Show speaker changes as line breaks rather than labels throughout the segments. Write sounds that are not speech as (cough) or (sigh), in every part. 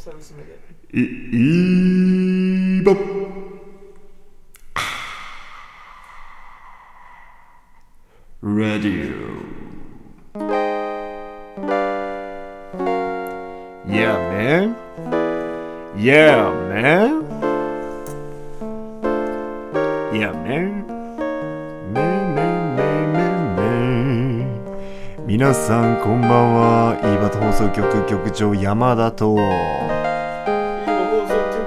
それ娘で
い、いいば。ラディオ。Yeah, man. Yeah, man. Yeah, man. Man, man, man, man, man. 皆さんこんばんは。イーバト放送局局長山田と。
今放送局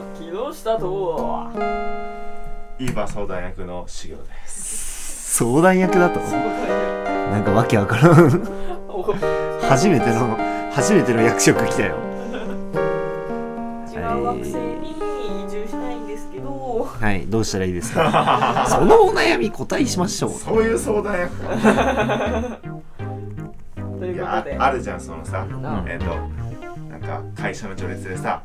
長木下と
イーバ相談役の修行です。
相談役だと
そうだよ
なんかわけわからん
お違う
初めての初めての役職来たよ
惑星に移住したいんですけど
はいどうしたらいいですかそのお悩み答えしましょう
そういう相談役か。
とい
いう
こ
や
とで
ああるじゃんそのさ、
ん
えっ、となんか会社の序列でさ、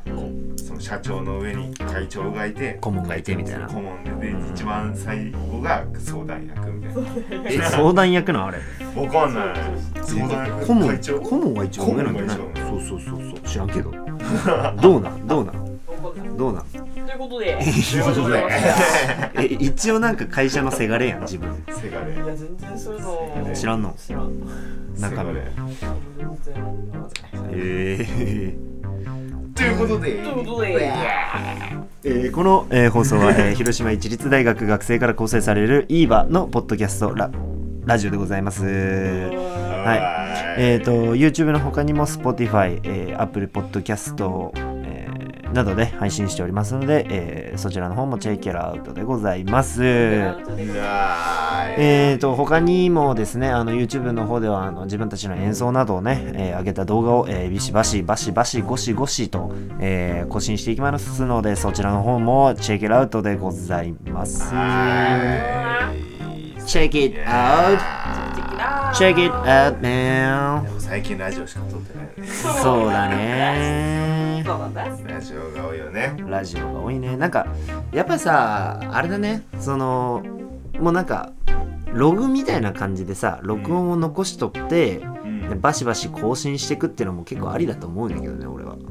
その社長の上に会長がいて、
顧問がいてみたいな
顧問でで一番最後が相談役みたいな。
え相談役なのあれ
わかんない。相談役
顧問
会長。 (laughs)
顧問が一番上なんじゃない
顧問が一
そうそうそうそう知らんけどどうなんどうなん
わかんない
どうなん
ということで
ということで
いや
(laughs) え一応なんか会社のせがれやん自分
セガレ。
全然そういうの
知らんの
知らん
中身
セガレ
全然わかんない
えー
ということで。
ということで
えーこの、えー放送は、えー広島市立大学学生から構成される EVA のポッドキャストララジオでございます。はえー、と YouTube の他にも Spotify、えー Apple Podcast、えーなどで配信しておりますので、えーそちらの方もチェックアウトでございます。
はーい。
えー、と他にもですねあの YouTube の方ではあの自分たちの演奏などをね、えー上げた動画を、えービシバシバシバシゴシゴシと、えー更新していきますのでそちらの方もチェックアウトでございます
はーい。
チェック it out チェック it out man
でも最近ラジオしか撮ってないよね。
そうだね
そうなんだ
ラジオが多いよね。
ラジオが多いねなんかやっぱさあれだねそのもうなんかログみたいな感じでさ録音を残しとって、
うん
でバシバシ更新していくっていうのも結構ありだと思うんだけどね俺は
ね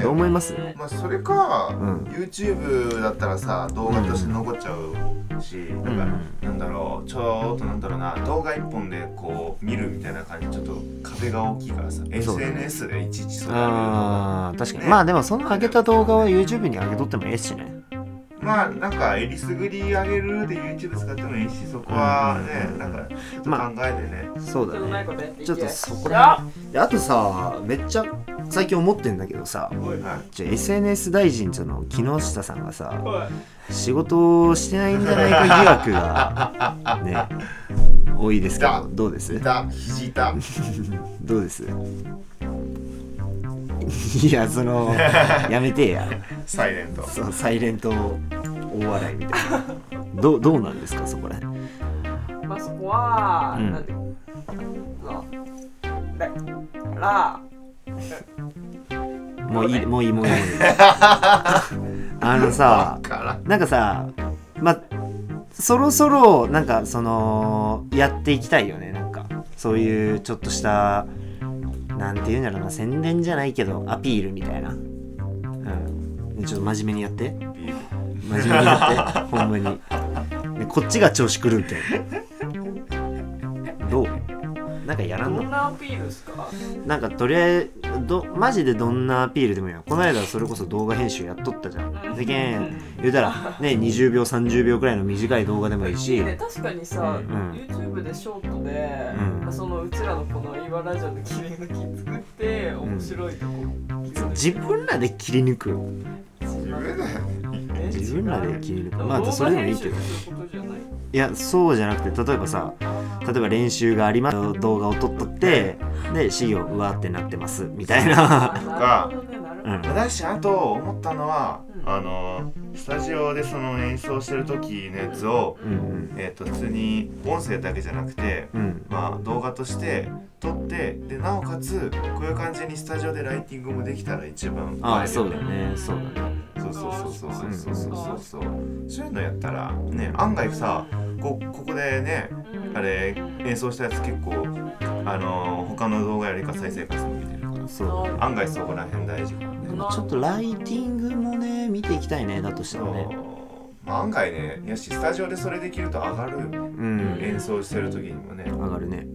え
どう思います
まあそれか、
うん
YouTube だったらさ動画として残っちゃうし、なんか、なんだろうちょっとなんだろうな動画一本でこう見るみたいな感じちょっと壁が大きいからさ
そうだね
SNS でいちいちそれ上げるのが
あー確かにまあでもその上げた動画は YouTube に上げとってもええしね
まあなんかえりすぐり上げるで YouTube 使ってもいいしそこはね、なんかちょっと考えてね、
そう
ちょっとうまいことやっていけ
ちょっとそこら辺であとさめっちゃ最近思ってんだけどさ
はい
ちょ SNS 大臣との木下さんがさ
はい
仕事をしてないんじゃないか疑惑がね (laughs) 多いですけどどうです
膝肘 (laughs) 痛
どうです (laughs) いやそのやめてや
サイレント
そのサイレント大笑いみたいなどうどうなんですかそこら辺
まあそこは、
うん
なんでだから
もういいもういいも (laughs) ういいもういいあのさ
から
なんかさまあそろそろなんかそのやっていきたいよねなんかそういうちょっとしたなんていうんだろうな宣伝じゃないけどアピールみたいなうんちょっと真面目にやって真面目にやってほんまにでこっちが調子狂うけんどうなんかやらん
ど
の
んなアピールですか
なんかとりあえずどマジでどんなアピールでもいいよこの間それこそ動画編集やっとったじゃんでけん言うたらね20秒30秒くらいの短い動画でもいいし
ね確かにさ、
うん
YouTube でショートで、
うん
そのうちらのこの岩ラジオの切り抜き作って面白いとこ、
自分らで切り抜く
自分だよ
え
自分らで切り抜く
違う
まあそれでもいいけど
動画編集することじゃない
いやそうじゃなくて例えばさ例えば練習があります動画を撮っとってで資料うわーってなってますみたいな
あなるほどねなるほどね
だしあと思ったのは、
うん
あのスタジオでその演奏してる時のやつを、
うんうん
えー、と普通に音声だけじゃなくて、
うん
まあ、動画として撮ってでなおかつこういう感じにスタジオでライティングもできたら一番
ああ
映える
そうだねそうだね
そうそうそうそうそうそうそうそうそういうのやったらね案外さこここでね
うん
あれ演奏したやつ結構あの他の動画よりか再生回数伸びてるから
そう
案外そこら辺大事かもね
でもちょっとライティングもね見ていきたいねだとした
そう
らね
まあ案外ねやしスタジオでそれできると上がるよね
うん
演奏してる時にもね
上がるね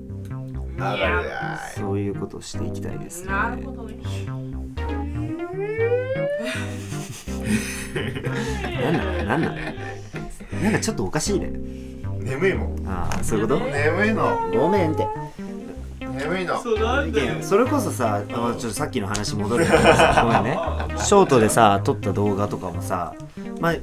上がるやーい
そういうことをしていきたいですね
なるほどね。
なんなんなんなんなんかちょっとおかしいね
眠いもん
ああそういうこ
眠いの
とごめんって
眠いの
そうなんだよ
それこそさあちょっとさっきの話戻るけどさごめんねショートでさ撮った動画とかもさまあ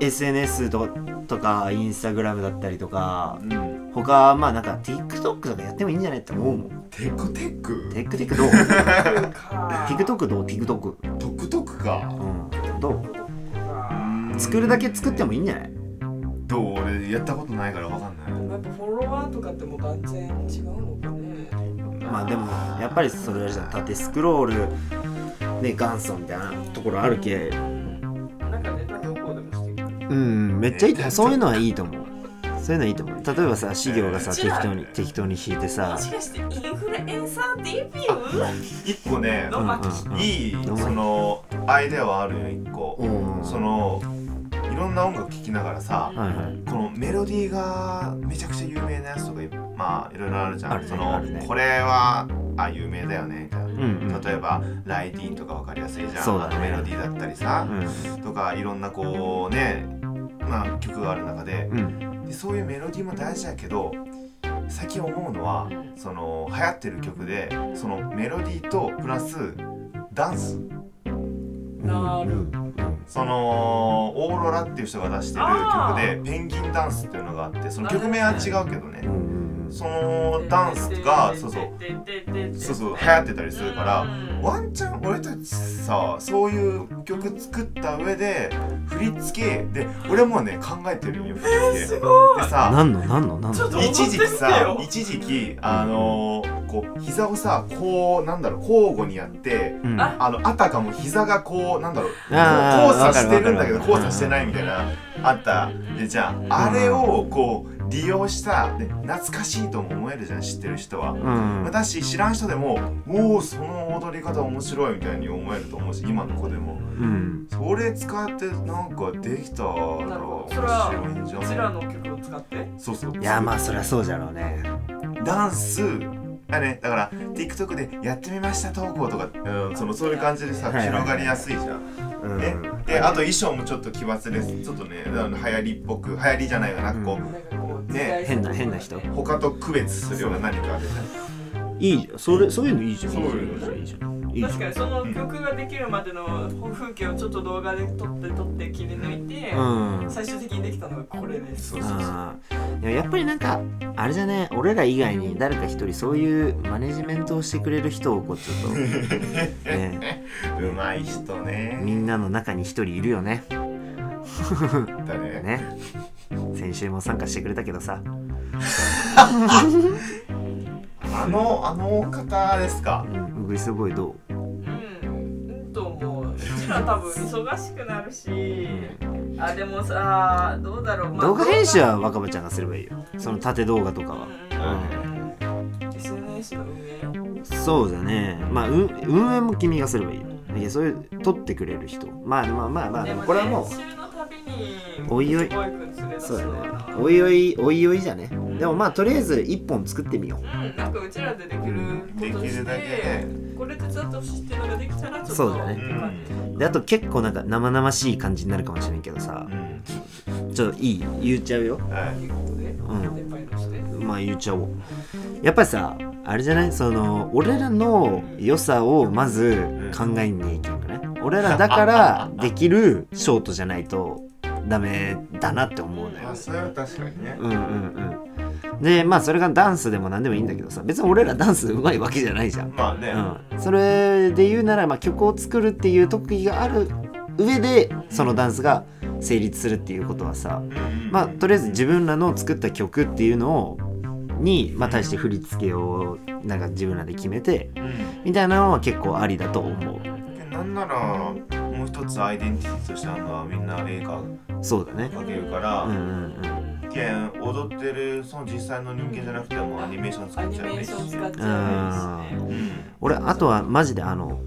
SNS ととかインスタグラムだったりとか
うん
他まあなんか TikTok とかやってもいいんじゃないって思うもん
テクテク
テックテックどう (laughs) TikTok どう TikTok
トクトクか
うんどう作るだけ作ってもいいんじゃない
どう俺やったことないからわかんない
やっぱフォロワーとかってもう断然違うのかね。
まあでもやっぱりそれじゃん縦スクロールで元祖みたいなところあるけ
なんかネタ投稿でもしてくる
うんめっちゃいいとそういうのはいいと思うそういうのはいいと思う例えばさ資料がさ
うち
適
ら
当に適当に弾いてさ
もしかしてインフルエンサーデビュー
一個ね
どうまき
うんうんうん
いいそのアイデアはあるよ一個
うん
そのいろんな音楽聴きながらさ
はいはい
このメロディーがめちゃくちゃ有名なやつとかいまあいろいろあるじゃん
あるね
その
あるね
これはあ有名だよねみたいな、
んうん
例えば「ライティーン」とか分かりやすいじゃん、
そうだ
あ
ね
とメロディーだったりさ
う、ん
とかいろんなこうねまあ曲がある中で
うん
でそういうメロディーも大事だけど最近思うのはその流行ってる曲でそのメロディーとプラスダンス
なる
そのオーロラっていう人が出してる
あー
曲で「ペンギンダンス」っていうのがあってその曲名は違うけどね
うんうん
そのダンスがそうそうそうそう流行ってたりするからワンチャン俺たちさそういう曲作った上で振り付けで俺もね考えてるんよ振り付けでさ
何の何の何
ちょっと
の
一時期
踊
さ
ってみてよ
一時期あのーこう膝をさこうなんだろう交互にやって
うん
あ
あのあたかも膝がこうなんだろう
あー
こう交差してるんだけど
わかる
交
わかる
差してないみたいなあったでじゃああれをこう利用したで懐かしいとも思えるじゃん知ってる人は
うん
私知らん人でも「おおその踊り方面白い」みたいに思えると思うし今の子でも
うん
それ使ってなんかできたら
なるほ
面
どそれは
白いんじゃ
うちら
ん
の曲を使って
そうそう
いやまあそりゃそうじゃろうね
ダンスあねだから TikTok で「やってみました投稿」とか、うん、そのそういう感じでさ
はいはいはい
広がりやすいじゃん
うん
ね、であと衣装もちょっと奇抜ですちょっとねあの流行りっぽく流行りじゃないかなこ
うん
ね
変な変な人
う他と区別するような何かあるじゃん
いいじゃんそれそういうのいいじゃん
そういうの
いいじゃんいいじゃん
確かにその曲ができるまでの風景をちょっと動画で撮って撮って切り抜いて、
うん
最終的にできたのがこれです
そうそうそう
あーでもやっぱりなんかあれじゃね俺ら以外に誰か一人そういうマネジメントをしてくれる人をこうちょっと、ね、
うまい人
み
ね
んなの中に一人いるよね
だね
ね先週も参加してくれたけどさ、
あのあの方ですか
うん、ウグイスボーイどう
うんうんと思ううちら多分忙しくなるしあでもさどうだろう、まあ
動画編集は若葉ちゃんがすればいいよその縦動画とかは
うんうん SNS の運営
そうだねまあうん運営も君がすればいいよいやそういう撮ってくれる人まあまあまあまあでもこれはもう
練習のたびに
おいおい
ボーイ君連れ出す
そうだ
の
ね
はな
おいおいおいおいじゃねでもまあとりあえず1本作ってみよう
うん、なんかうちらでできること
で
に
き
し
るだけ
て
ね
これ手伝ってほしいっていうのができたらちょっと
そうだね
う
って感じ
ん
であと結構なんか生々しい感じになるかもしれんけどさ
うん
ちょっといい言っちゃうよ
はい
ということで、
うん
でパイロして
まあ言っちゃおうやっぱりさあれじゃないその俺らの良さをまず考えにいけんくね俺らだからできるショートじゃないとダメだなって思うのよ
あそれは確かにね
うんうんうんでまあそれがダンスでも何でもいいんだけどさ別に俺らダンスうまいわけじゃないじゃん
まあね
うん、それで言うなら、まあ、曲を作るっていう特技がある上でそのダンスが成立するっていうことはさ、
うん
まあ、とりあえず自分らの作った曲っていうのをに、まあ、対して振り付けをなんか自分らで決めて
うん
みたいなのは結構ありだと思う
でなんならもう一つアイデンティティとしてあるのはみんな映画
そうだね
かけるから、
うんうんうん
TikTok 間踊ってるその実際の人間じゃなくてもアニメーション
ア
使っ
ニ
ちゃう
メー
ね
ション使っちゃ
あ
うしね
ー
うん
俺あとはマジであの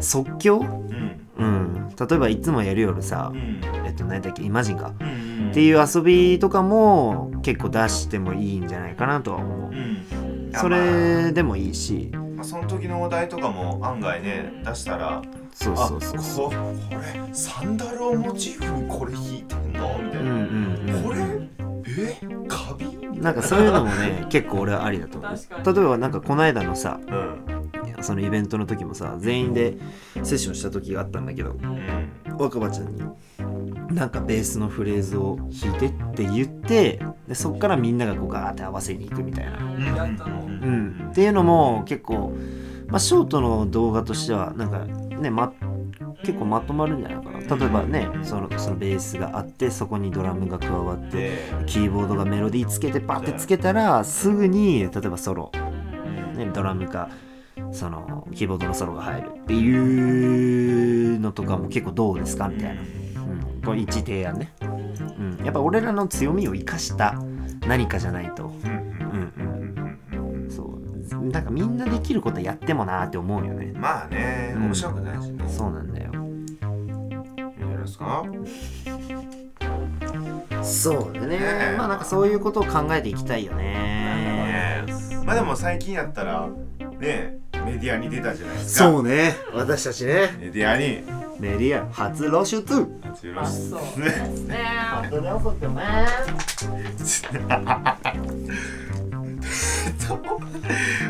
即興
うん
うん例えばいつもやるよりさ
うん
えっと何だっけイマジンか
うん
っていう遊びとかも結構出してもいいんじゃないかなとは思う
うん
それでもいいし
まあその時のお題とかも案外ね出したら
そうそうそうそう
あここれサンダルをモチーフにこれ弾いてんのみたいな、
うんうんうん
これえカビ
なんかそういうのもね結構俺はありだと思
確か
う
に
例えばなんかこの間のさ
うん
そのイベントの時もさ全員でセッションした時があったんだけ
う
ど
ん
若葉ちゃんになんかベースのフレーズを弾いてって言ってでそっからみんながこうガーって合わせに行くみたいな、
うんやったの
う、
うん
っていうのも結構、まあ、ショートの動画としてはなんかね、ま、結構まとまるんじゃないかな例えばねそのそのベースがあってそこにドラムが加わって
で
キーボードがメロディーつけてパッてつけたらすぐに例えばソロ、ね、ドラムかそのキーボードのソロが入るっていうのとかも結構どうですかみたいな、うん、これ一提案ね、うん、やっぱ俺らの強みを生かした何かじゃないと、
うん
うん
う
うん
んうんうんうん
そうなんかみんなできることやってもなーって思うよね
まあね
うん
面白くないしね、
そうなんだよ
いいんじゃないですか
そうだ
ね
ね (laughs) まあなんかそういうことを考えていきたいよね
ねまあでも最近やったらねメディアに出たじゃないですか
(laughs) そうね私たちね
メディアに
メディア初露出
よろ
あ
し
そう
くね
ねえ
それはそうだね
(laughs)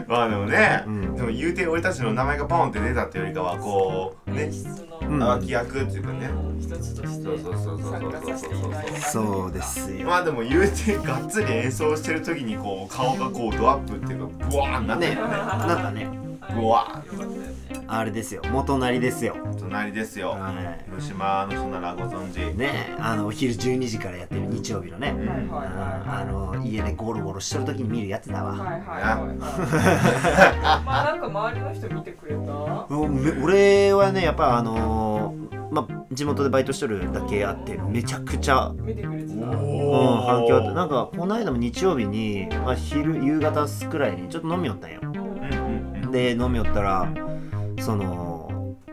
まあでもね、
うん
でも言うて俺たちの名前がポンって出たってよりかはこうね
演出の
うん
脇役っていうかね、
一つとして
そうそうそうそうそう
参加させていただいた
そうですよ
まあでも言うてがっつり演奏してる時にこう顔がこうドアップっていうかブワーンなってる
ね
よね
なんかね
はい
ブワ
よかったよね
あれですよ元なりですよ
隣ですよ
は
広島の人ならご存知
いねあのお昼12時からやってる日曜日のね、
うん
はいはい
あ
は
の家でゴロゴロしてる時に見るやつだわ、
いはいはいはいはいまあなんか周りの人見てくれた
うんめ俺はねやっぱあのーまあ地元でバイトしてるだけあってめちゃくちゃ、うん、
見てくれてた
反響あってなん
か
かこの間も日曜日に、まあ、昼夕方くらいにちょっと飲みよったんよ
うんうん
で飲みよったらその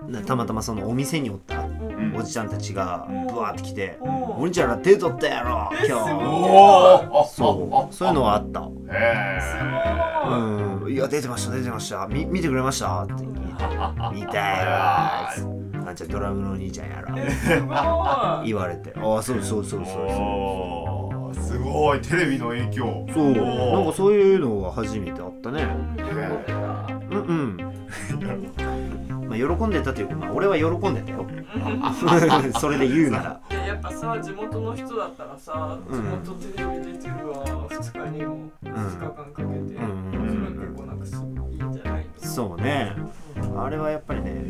なたまたまそのお店におった
う
お
ん
じちゃんたちがブワーって来て「
お
俺ちゃんら手取ったやろ
え
今
す
日
ごい
おお
そうそういうのはあった
へ
うんいや出てました出てましたみ見てくれましたって聞いて見たいわ
あ
ーあんちゃんドラムのお兄ちゃんやろ
えすごい
言われてああそうそうそうそうそ
おーすごいテレビの影響
うそうなん
お
か
ー
そういうのは初めてあったね
喜んでた
うん (laughs) うんまあ喜んでたというか、まあ、俺は喜んでた (laughs) よそれで言うなら
でやっぱさ地元の人だったらさ、
うん
地元テレビ出てるわ2日にも2日間かけて、
うんうん
それは結構なんかすごいいいんじゃない
そうねあれはやっぱりね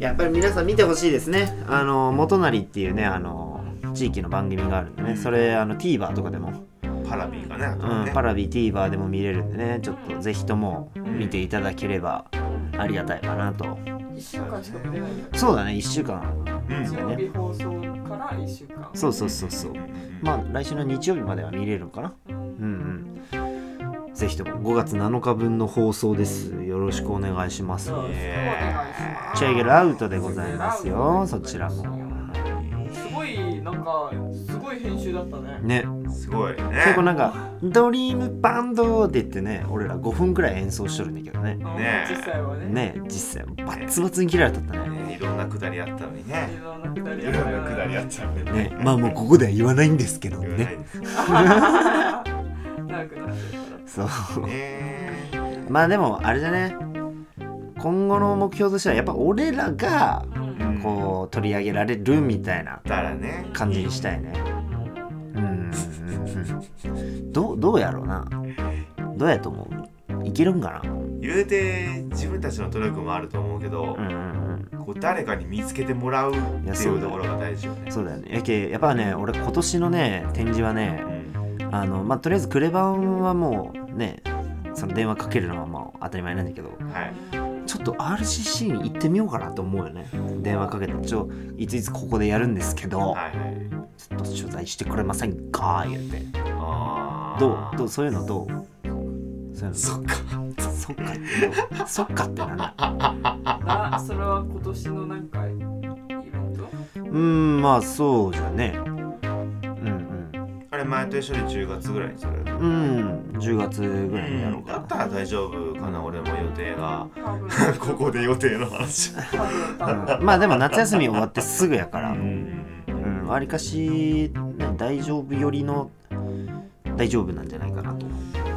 やっぱり皆さん見てほしいですねあの元成っていうねあの地域の番組があるんでねそれあの TVer とかでも
パラビーがねあと
うん、
ね
パラビ TVer でも見れるんでねちょっとぜひとも見ていただければありがたいかなと
1週間しか出ないんだよ
そうだね1週間
うん
日曜日放送から1週間
そうそうそうそうまあ来週の日曜日までは見れるのかなうんうんぜひとも5月7日分の放送ですよろしくお願いします
そうお願いします
チェイゲルアウトでございますよそちらも
すごいなんかすごい編集だったね
ね
すごいね
結構なんか「ドリームバンド」って言ってね俺ら5分くらい演奏しとるんだけどね
ね
実際はね
ね実際バッツバツに切られとったね
ねいろんなくだりあったのにね
いろんなくだり
いろんなくだりあったのに
ね、まあもうここでは言わないんですけど
言わない
ね。
です
長くなっちゃうから
そう。
ね
まあでもあれだね。今後の目標としてはやっぱ俺らが
うん
こう取り上げられるみたいな
だからね
感じにしたいね。うん。どうどうやろうな。どうやと思う。いけるんか
言うて自分たちの努力もあると思うけど
な。うんうん
こう誰かに見つけてもらうって
いや
い
そ
う
うだ
と
よ
ころが大事よ
う
ね
ん。そうだよね。やけやっぱね俺今年のね展示はね
うん
あのまあとりあえずクレバンはもうねその電話かけるのはもう当たり前なんだけど。
はい
ちょっと RCC に行ってみようかなと思うよね電話かけてちょいついつここでやるんですけど、
はいはい
ちょっと取材してくれませんか言うて
あー
どうどうそういうのどうそういうの
そっか
そっかってどうそっかってなの
あそれは今年のなんかイ
(laughs)
ベント
うんまあそうじゃねうん
あれ前と一緒で10月ぐらいにする
うんうん10月ぐらいにやろう
だっ
か
たら大丈夫かな俺も予定が
多分
ここで予定の話
多分多
な、
分
うんまあでも夏休み終わってすぐやから
うん
うんわり、かし、ね、大丈夫よりの大丈夫なんじゃないかなと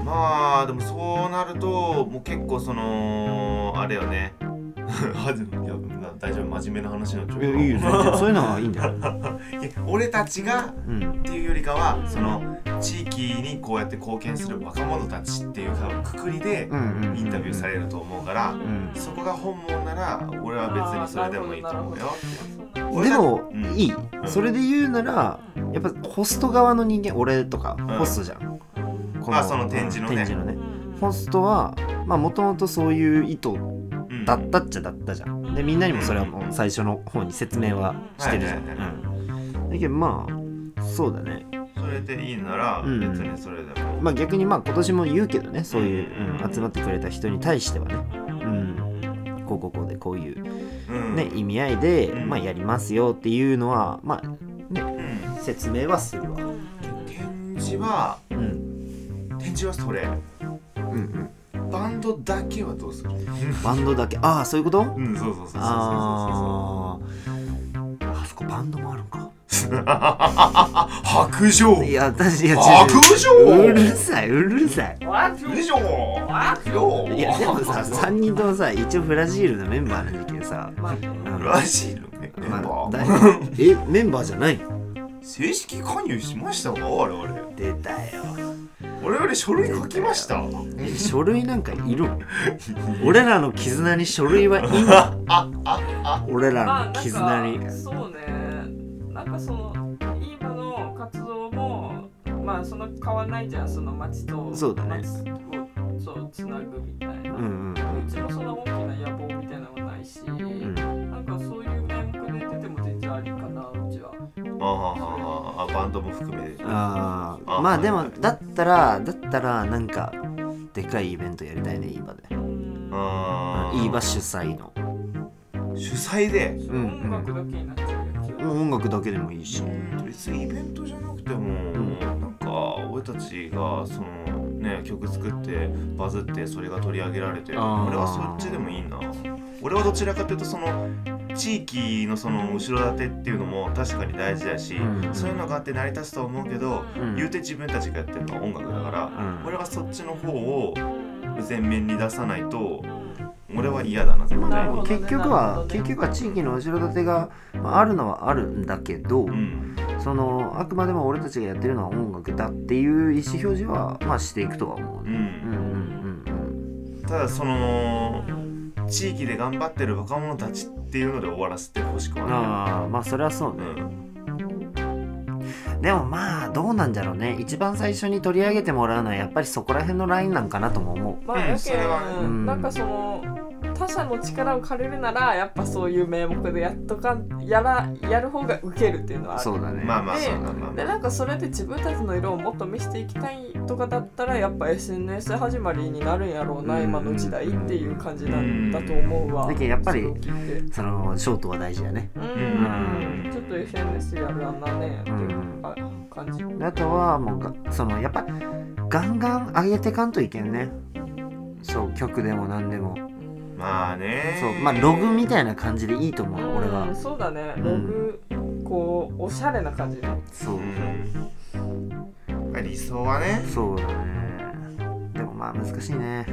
まあでもそうなるともう結構そのあれよねはじいやな大丈夫真面目な話になっちゃうけど
いいよ全然そういうのはいいんだよ、
いや俺たちが
うん、
っていうよりかはその地域にこうやって貢献する若者たちっていう多分くくりで
うんうん
インタビューされると思うから
ん
そこが本物なら俺は別にそれでもいいと思うよ
でも、
うん
いい、
ん
それで言うならやっぱホスト側の人間俺とか
ん
ホストじゃん、こ
まあその展示のね
展示のねホストはまあもともとそういう意図
うん
だったっちゃだったじゃんでみんなにもそれはもう最初の方に説明はしてるじゃん、
はいはいは
うんだけどまあそうだね
それでいいなら
うん
別にそれでも
まあ逆にまあ今年も言うけどねそういう、
うん
うん集まってくれた人に対してはねうんこうこうこうでこういう、
うん
ね意味合いで、
うん
まあ、やりますよっていうのはまあ
うん
説明はするわ、
展示は
うん
展示はそれ
うんうん、
バンドだけはどうする
バンドだけああそういうこと
うんそうそうそうそうそうそう
あーあそこバンドもあるんか
白状
いや私いや違う
悪女
違ううるさいうるさい
わちょ
以上よ
いやでもさ3人ともさ一応ブラジールのメンバーなんだけどさ、
まあね
うん
ブラジルねメン
まあ
バー
だいえメンバーじゃないの
正式加入しましたか我々
出たよ
我々書類書きました
え書類なんかいるの俺らの絆に書類はいいの
(laughs)
俺
ま
ら
あなん
の
か
絆に
そうねなんかそのイーバの活動もまあその変わんないじゃんその町と
そうだね
街をそうつなぐみたいな、
うんうん
うちもそんな大きな野望みたいなのはないし、
うん
なんかそういう名目で出ても全然ありかなうちは
ああああバンドも含めて
あー
あ
まあでもだったらだったらなんかでかいイベントやりたいねイーバで
うん
あ
イーバ主催の
主催で
そ
う
れ
ん
音楽だけになっちゃうやつ、
もう音楽だけでもいいし
別にイベントじゃなくても、
ん
なんか俺たちがそのね曲作ってバズってそれが取り上げられて
あー
俺はそっちでもいいな俺はどちらかというとその地域のその後ろ盾っていうのも確かに大事だし、
うん
そういうのがあって成り立つと思うけど、
うん
言うて自分たちがやってるのは音楽だから、
うん
俺はそっちの方を全面に出さないと
うん
俺は嫌だな絶
な
対
るほ
に
ど。
結局は結局は地域の後ろ盾がまああるのはあるんだけど、
うん
そのあくまでも俺たちがやってるのは音楽だっていう意思表示はまあしていくとは思う
う
ね。うん
ん
うんうん
ただその地域で頑張ってる若者たちっていうので終わらせてほしく
う
は
ん。
ない
ああまあそれはそうね。でもまあどうなんじゃろうね。一番最初に取り上げてもらうのはやっぱりそこら辺のラインなんかなとも思
まあや
そ
け
れは
ん、
うん
なんかその他者の力を借りるならやっぱそういう名目でやっとかんやらやる方がウケるっていうのはあ
う。
る
そうだね。
まあまあ
で
そうだな
でなんかそれで自分たちの色をもっと見せていきたいとかだったらやっぱ SNS 始まりになるんやろうな、
うん
今の時代っていう感じな
うん
んだと思うわ
だけどやっぱり
それを聞いて
そのショートは大事だね。
うん、
ん
ちょっと SNS やるあんなねっていうか感じ、
あとはもうがそのやっぱガンガン上げてかんといけんね。そう曲でも何でも。
まあね
そうまあログみたいな感じでいいと思う、俺
うん
は。
そうだね
うん
ログ、こうおしゃれな感じね
そう。
うん理想はね
そうだね。でもまあ難しいね。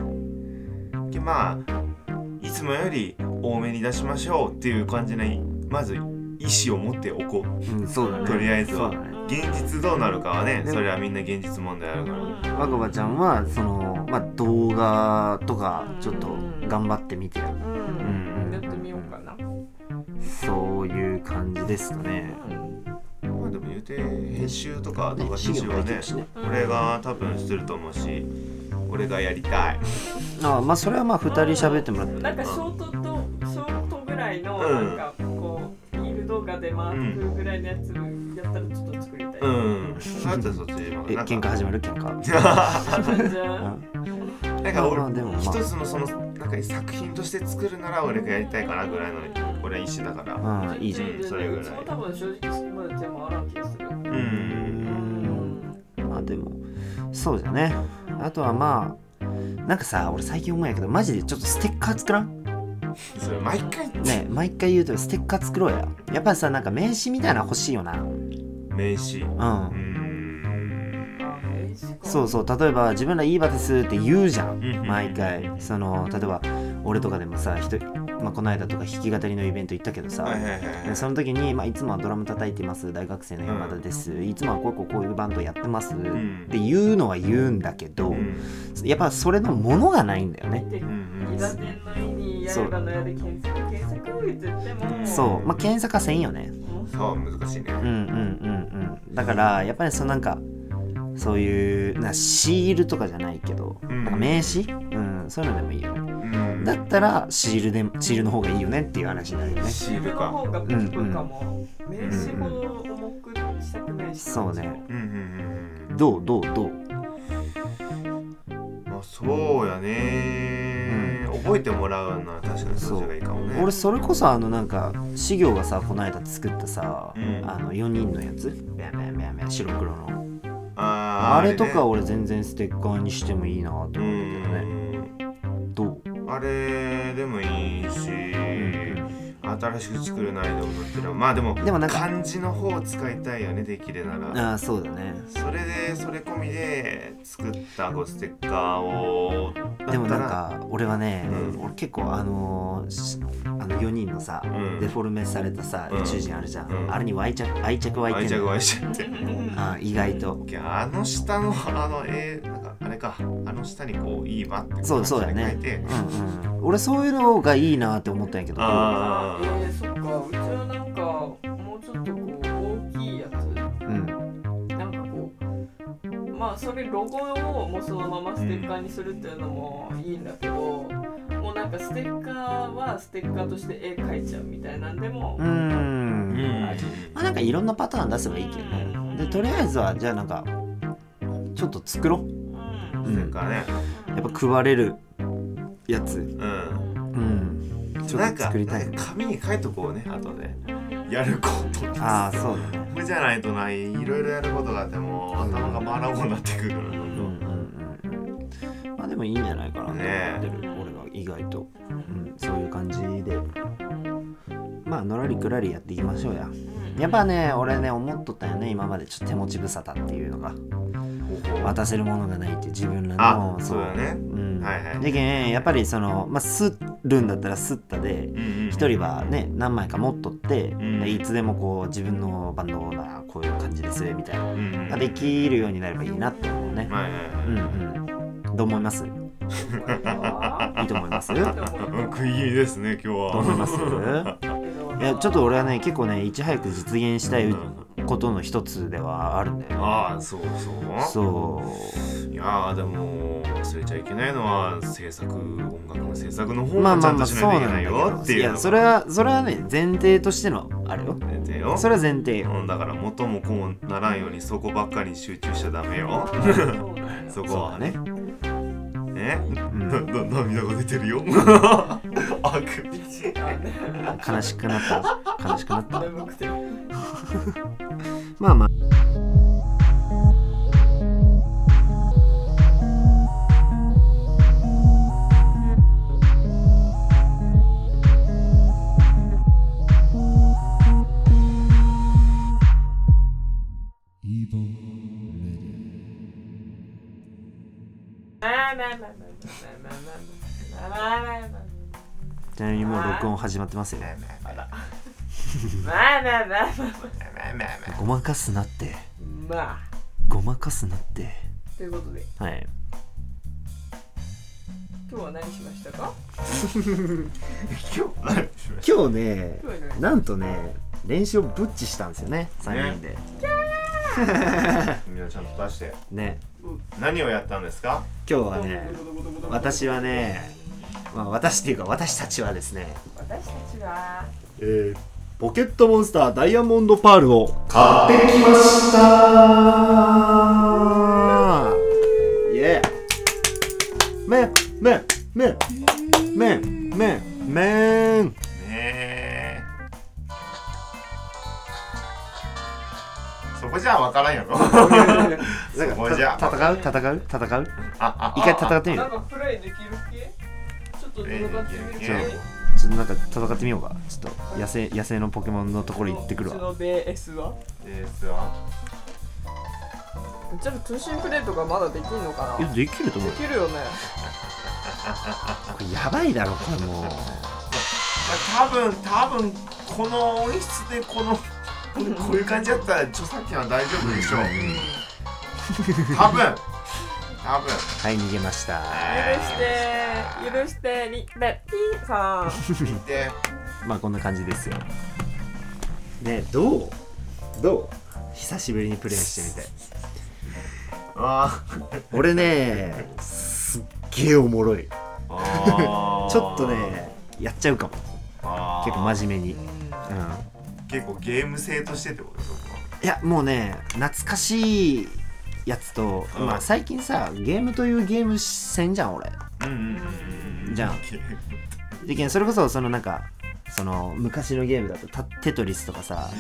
まあいつもより多めに出しましょうっていう感じないまず意思を持っておこう
うん、そうだね。
とりあえず
そ
は
うだね。
現実どうなるかはね
でも
それはみんな現実問題あるから
若葉ちゃんはその、まあ、動画とかちょっと頑張ってみてよ
うん
うん
やってみようかな、
そういう感じですかね。
まあでも言うて編集とか動画編集はね
ね資料もできるしね
俺が多分してると思うし俺がやりたい
あまあそれはまあ2人喋ってもらって
なんかショートとショートぐらいのなんかこうリール動画で回ってるぐらいのやつやったらちょっと作りたい、
うんそうやったらそっちで
え喧嘩始まる喧嘩
じゃあ
(laughs) なんか俺、
まあでもまあ
一つのそのなんか作品として作るなら俺がやりたいかなぐらいの俺は一緒だから
うんああいいじゃん
全然
それぐらいう
ちも多分正直そこまで手もあらん気がする
う
うんんまあでもそうじゃねあとはまあなんかさ俺最近思うんやけどマジでちょっとステッカー作らん
それ毎回
ねえ毎回言うとステッカー作ろうややっぱりさなんか名刺みたいなの欲しいよな
名刺う
う
ー
ん
ん
そうそう例えば自分らいい場ですって言うじゃん
うん
毎回その例えば俺とかでもさ人、まあ、この間とか弾き語りのイベント行ったけどさ、
はいはいはいはい
でその時に、まあ、いつもはドラム叩いてます大学生の山田です、いつもはこうこうこういうバンドやってます、
ん
っていうのは言うんだけど、
うん
やっぱそれのものがないんだよね、
で
うん
伊賀天の意にやればのやで検索検索って言っても
そうまあ検索はせんよね
そう難しいね
うんうんうんうんだからやっぱりそのなんかそういうなシールとかじゃないけど、
うん
なんか名刺、うん、そういうのでもいいよね
うん
だったらシールでシールの方がいいよねっていう話になるよね
シー
自
ル
分の
か
方が聞くかも名刺ほど重くしたくないし
そうね
うんうん
どうどうどう
うんまあそうやね覚えてもらうなら確かにそっちがいいかもね
俺それこそあのなんか資料がさこの間作ったさ、
うん
あの4人のやつビャンビャンビャンビャン白黒の
あー
あれとか
ね
俺全然ステッカーにしてもいいな
う
と思うんだけどね
ん
どう
あれでもいいし新しく作れないと思ってるまあでも
でもなんか
漢字の方を使いたいよねできるなら
ああそうだね
それでそれ込みで作ったこうステッカーをだったら
でもなんか俺はね、
うん
俺結構あのーしあの4人のさ、
うん
デフォルメされたさ
うん
宇宙人あるじゃん、
うん
あれに愛着愛着湧い
愛
てん
着
の
湧いちゃって
あー意外と
あの下のあのえー、なんかあれかあの下にこういいわって
そうそうだ
感じで書
ね
いて
うんうん、俺そういうのがいいなって思ったんやけど
あ
あ
えー、そっかうちはなんかもうちょっとこう大きいやつ
うん
なんかこうまあそれロゴをもうそのままステッカーにするっていうのもいいんだけど、もうなんかステッカーはステッカーとして絵描いちゃうみたいなんでも
うーん
ーうん
まあなんかいろんなパターン出せばいいけどねでとりあえずはじゃあなんかちょっと作ろう
うん
う
それ
ん
からね
やっぱ食われるやつ
うん
うんちょ
な
っ
ん
と
か
作りたい
なんか紙に書いとこうねあとねやることです
ああそうだね
これじゃないとないいろいろやることがあってもう頭が回らんようになってくるから
う
ね
んうんうんまあでもいいんじゃないかなって思ってる、俺は意外と、うん、そういう感じでまあのらりくらりやっていきましょうややっぱね俺ね思っとったよね今までちょっと手持ち無沙汰っていうのが渡せるものがないって自分ら
あ
の
そうだね
うん
はいはい
でけんやっぱりそのまあするんだったらすったで
一
一人はね何枚か持っとって、
ん
でいつでもこう自分のバンドがこういう感じですみたいな
うん
ができるようになればいいなって思うね、
はいはいはい
うんうんどう思いますいいと思
(laughs)
いますどう
うん食い気味ですね今日は
思いますいやちょっと俺はね結構ねいち早く実現したいことの一つではあるんだよね
ああそうそう
そう
いやーでも忘れちゃいけないのは制作音楽の制作の方
まあ
もち
まあ
ゃんと
まあ
し
そう
ないといけ
な
なんい
だ
よっ
け
て
ど
い
いうやそれはそれはね前提としてのあれよ
はてよ
それは前提よ
うんだから元も子もならんようにそこばっかりに集中しちゃダメよそこ
(laughs) そうだ
は
ね、
ね
うん
なな涙が出て (laughs) るよあくび
悲しくなった悲しくなった
眠くて
まあまあちなみにもう録音始まってますよ
まあまあまあ
ごまかすなって
まあまあ
ごまかすなって
ということで
はい
今日は何しましたか
今日何しまし
今日ね
今日は何
なんとね練習をぶっちしたんですよね3人で
たみんなちゃんと出して
ね
う
何をやったんですか
今日はね私はね、まあ、私っていうか私たちはですね、
私たちは
えーポケットモンスターダイヤモンドパールを買ってきましたイエーめんめんめんめんめんめん
ねえそこじゃわからんやろ
なん
もうじゃ
か
あ
た戦う戦う戦う
あ
(laughs) 一回戦ってみる
なんかプレイできる系ちょっと戦ってみる
じゃ
系
あちょっとなんか戦ってみようかちょっと野生野生のポケモンのところ行ってくる
うち
わ
のベースは
(laughs) ですわ
じゃあ通信プレイとかまだできるのか
い
な
や
で
できると思う
きるよね
これやばいだろこれもう
まあ多分多分この音質でこのこういう感じだったら著作権は大丈夫でしょう多分多分
はい逃げました (laughs)
許して許してにべピーさん
見て
まあこんな感じですよ。ねどうどう久しぶりにプレイしてみて。
あー
俺ね、すっげえおもろい。
あ (laughs) ー
ちょっとね、やっちゃうかも。
あー
結構真面目に。うん。
結構ゲーム性としてってことですか
いや、もうね、懐かしいやつと、
うん
まあ最近さ、ゲームというゲームせんじゃん、俺。
うんうんうんうん
じゃんでけんそれこそ、そのなんか、その昔のゲームだとタテトリスとかさ、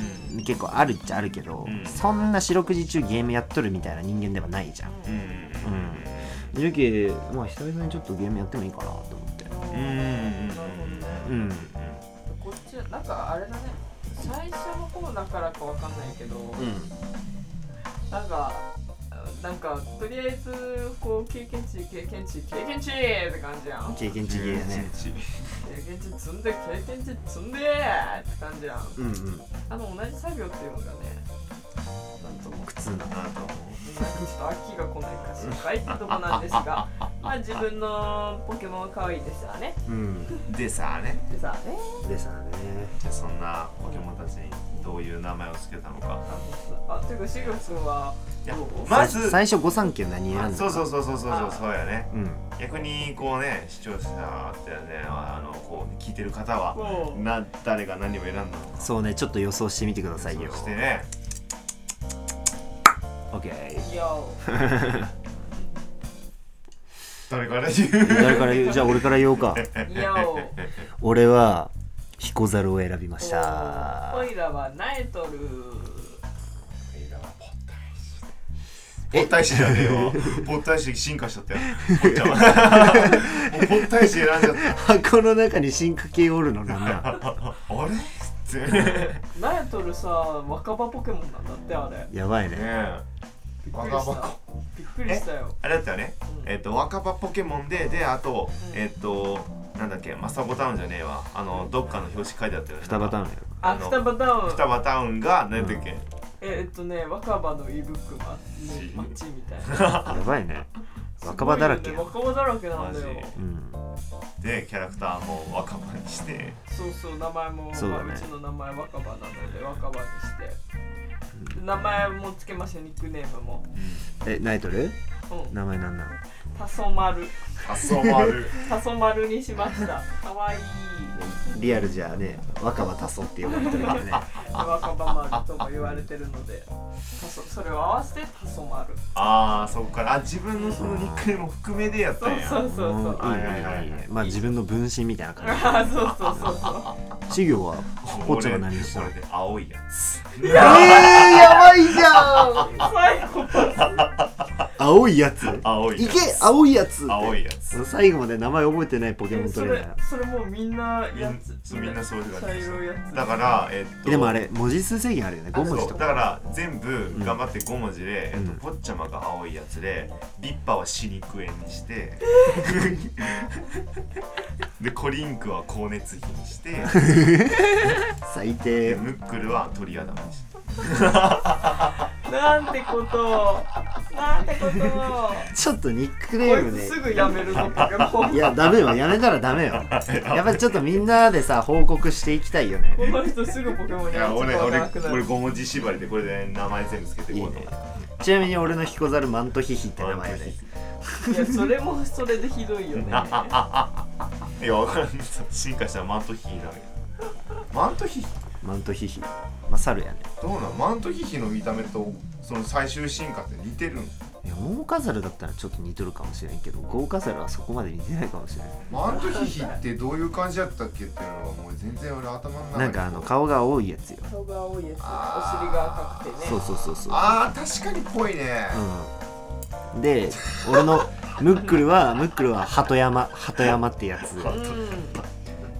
結構あるっちゃあるけど、
うん
そんな四六時中ゲームやっとるみたいな人間ではないじゃん。
うん
うん。ゆき、まあ久々にちょっとゲームやってもいいかなと思って。
うんうんうん
なるほどね
うん。
こっちなんかあれだね最初の方だからかわかんないけど、なんかなんかとりあえずこう経験値経験値経験値って感じやん経
経験値ゲーね。
験値積んで経験値積んでって感じやん
うんうん。
あの同じ作業っていうのがねなんとも
苦痛な。
なんかも
なんかちょっと秋が来ないから心配ってとこなんですが
(laughs)
まあ自分のポケモンは可愛いですよね
うん。
うでさあね
でさね
でさね。
じゃあそんなポケモンたちにどういう名前をつけたのか
あというかシグ君はい
や
どう
まず
さ最初五三家何選んだ
あ
の
そうそうそうそうそうそうそうやね
うん。
逆にこうね視聴者ってねあのこう聞いてる方は
こう
な誰が何を選んだのか
そうね、ちょっと予想してみてくださいよ
そ。してね
オッケー。
よ
誰から言う
誰から言うじゃあ俺から言おうか。
(laughs)
ーよー
俺は、彦猿を選びました。 (laughs)
おいらはナエトル
ぼったいしじゃねえよぼったいし進化しちゃったよぼっちゃんは (laughs) もうぼったいし選んじゃった
箱の中に進化系おるのなんだ。
あれってね
ナエトルさ若葉ポケモンなんだってあれ
(laughs) やばいね。
え
びっくり
若
し
葉
たびっくりしたよ
あれだったよね
うん
えっと若葉ポケモンでであと
うん
えっとなんだっけマサボタウンじゃねえわあのどっかの表紙書いてあったよね
双葉タウンや
あ
あの
双葉ダウン
双葉タウンが何だっけ
えっとね若葉の胃袋が街みたいな
ろ。やばいね。 (laughs) 若葉だらけ (laughs)
すごいよね若葉だらけなんだよ
マジ
うん。
でキャラクターも若葉にして
そうそう名前も
そうだね
まあうちの名前若葉なので若葉にして名前もつけましたニックネームも
え、ナイトル
うん
名前なんなの
タソマル
あそうもある
タソマルにしましたかわいい
リアルじゃね若葉多層って呼ばれてるからね
若葉丸とも言われてるのでタソそれを合わせてタソマル
(laughs) ああそこからあ自分のそのニックネームも含めでやっ
そ
たん
う
や
そうそうそう
いいねいいねまあ自分の分身みたいな感
(laughs) あーそうそうそうそ
じ修行はポッチャは何
(laughs)
にした
こ
の
れで青いやつ
えー、やばいじゃん
う最後
青いやつ
青い
い
やつ
け青いやつ
青いやつ
最後まで名前覚えてないポケモ
え
ン
そ
取れ
れ
ない
それもうみんな
み
や
ん
つ
みんなそういう感じ
茶色いやつ
だからえっと
でもあれ文字数制限あるよね
そ
5文字
う
と
だ
か
から全部頑張って5文字で、
うん
えっと、ポッチャマが青いやつでリッパは死肉炎にして (laughs) でコリンクは光熱費にして
最
で
低
ムックルは鳥頭にして
なんてことをなってこと
ちょっとニックネ
を
ー
こい
ム
つ
ね
すぐやめるぞポケモン
いやダメよやめたらダメよやっぱりちょっとみんなでさ報告していきたいよね
この人すぐポケモン
いや
やめち
俺
ゃわ
俺
なくな
俺
る
5文字縛りでこれで名前全部つけていこうと思って
ちなみに俺の彦猿マントヒヒって名前で
いやそれもそれでひど
(laughs)
いよね
いやわからん進化したらマントヒヒになるよマントヒヒ
マントヒヒまあ猿やね
どうなんマントヒヒの見た目とその最終進化って似てるの
いやモーカザルだったらちょっと似とるかもしれんけどゴーカザルはそこまで似てないかもしれない
マントヒヒってどういう感じだったっけっていうのがもう全然俺頭の中に
なんかあの顔が多いやつよ
顔が多いやつお尻
あー
が赤くてね
そうそうそうそう
あー確かにぽいね、
うんで俺のムックルはムックルは鳩山鳩山ってやつ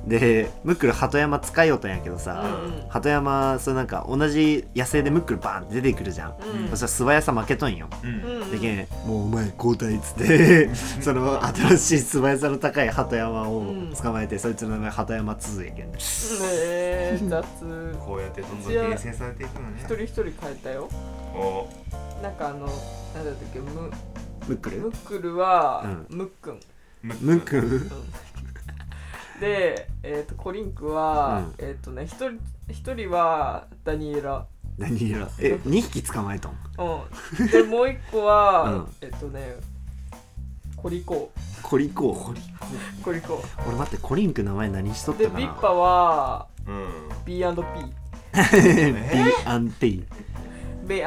でムックル鳩山使いよったんやけどさ、
うんうん
鳩山それなんか同じ野生でムックルバーンって出てくるじゃん、
うん
そしたら素早さ負けとんよ、
うん
うんうん
でけんもうお前交代っつってその新しい素早さの高い鳩山を捕まえて、そいつの名前鳩山鈴やけんね
ねえ雑
こうやってどんどん厳選されていくのね
一人一人変えたよ
お
なんかあのなんだったっけム
ムック
ム
ル
ックルは、
う
ムックン
ムックル
で、えー、とコリンクは、えっ、とね一人一人はダニエラ
何色え二2匹捕まえとん
うんでもう一個は、
うん
えっ、とねコリコ
コリコ
コリコ
俺待ってコリンク名前何しとっ
で
た
ビ
か
ッ
な
パは
うん
B&P
え
B&P
ベイ &P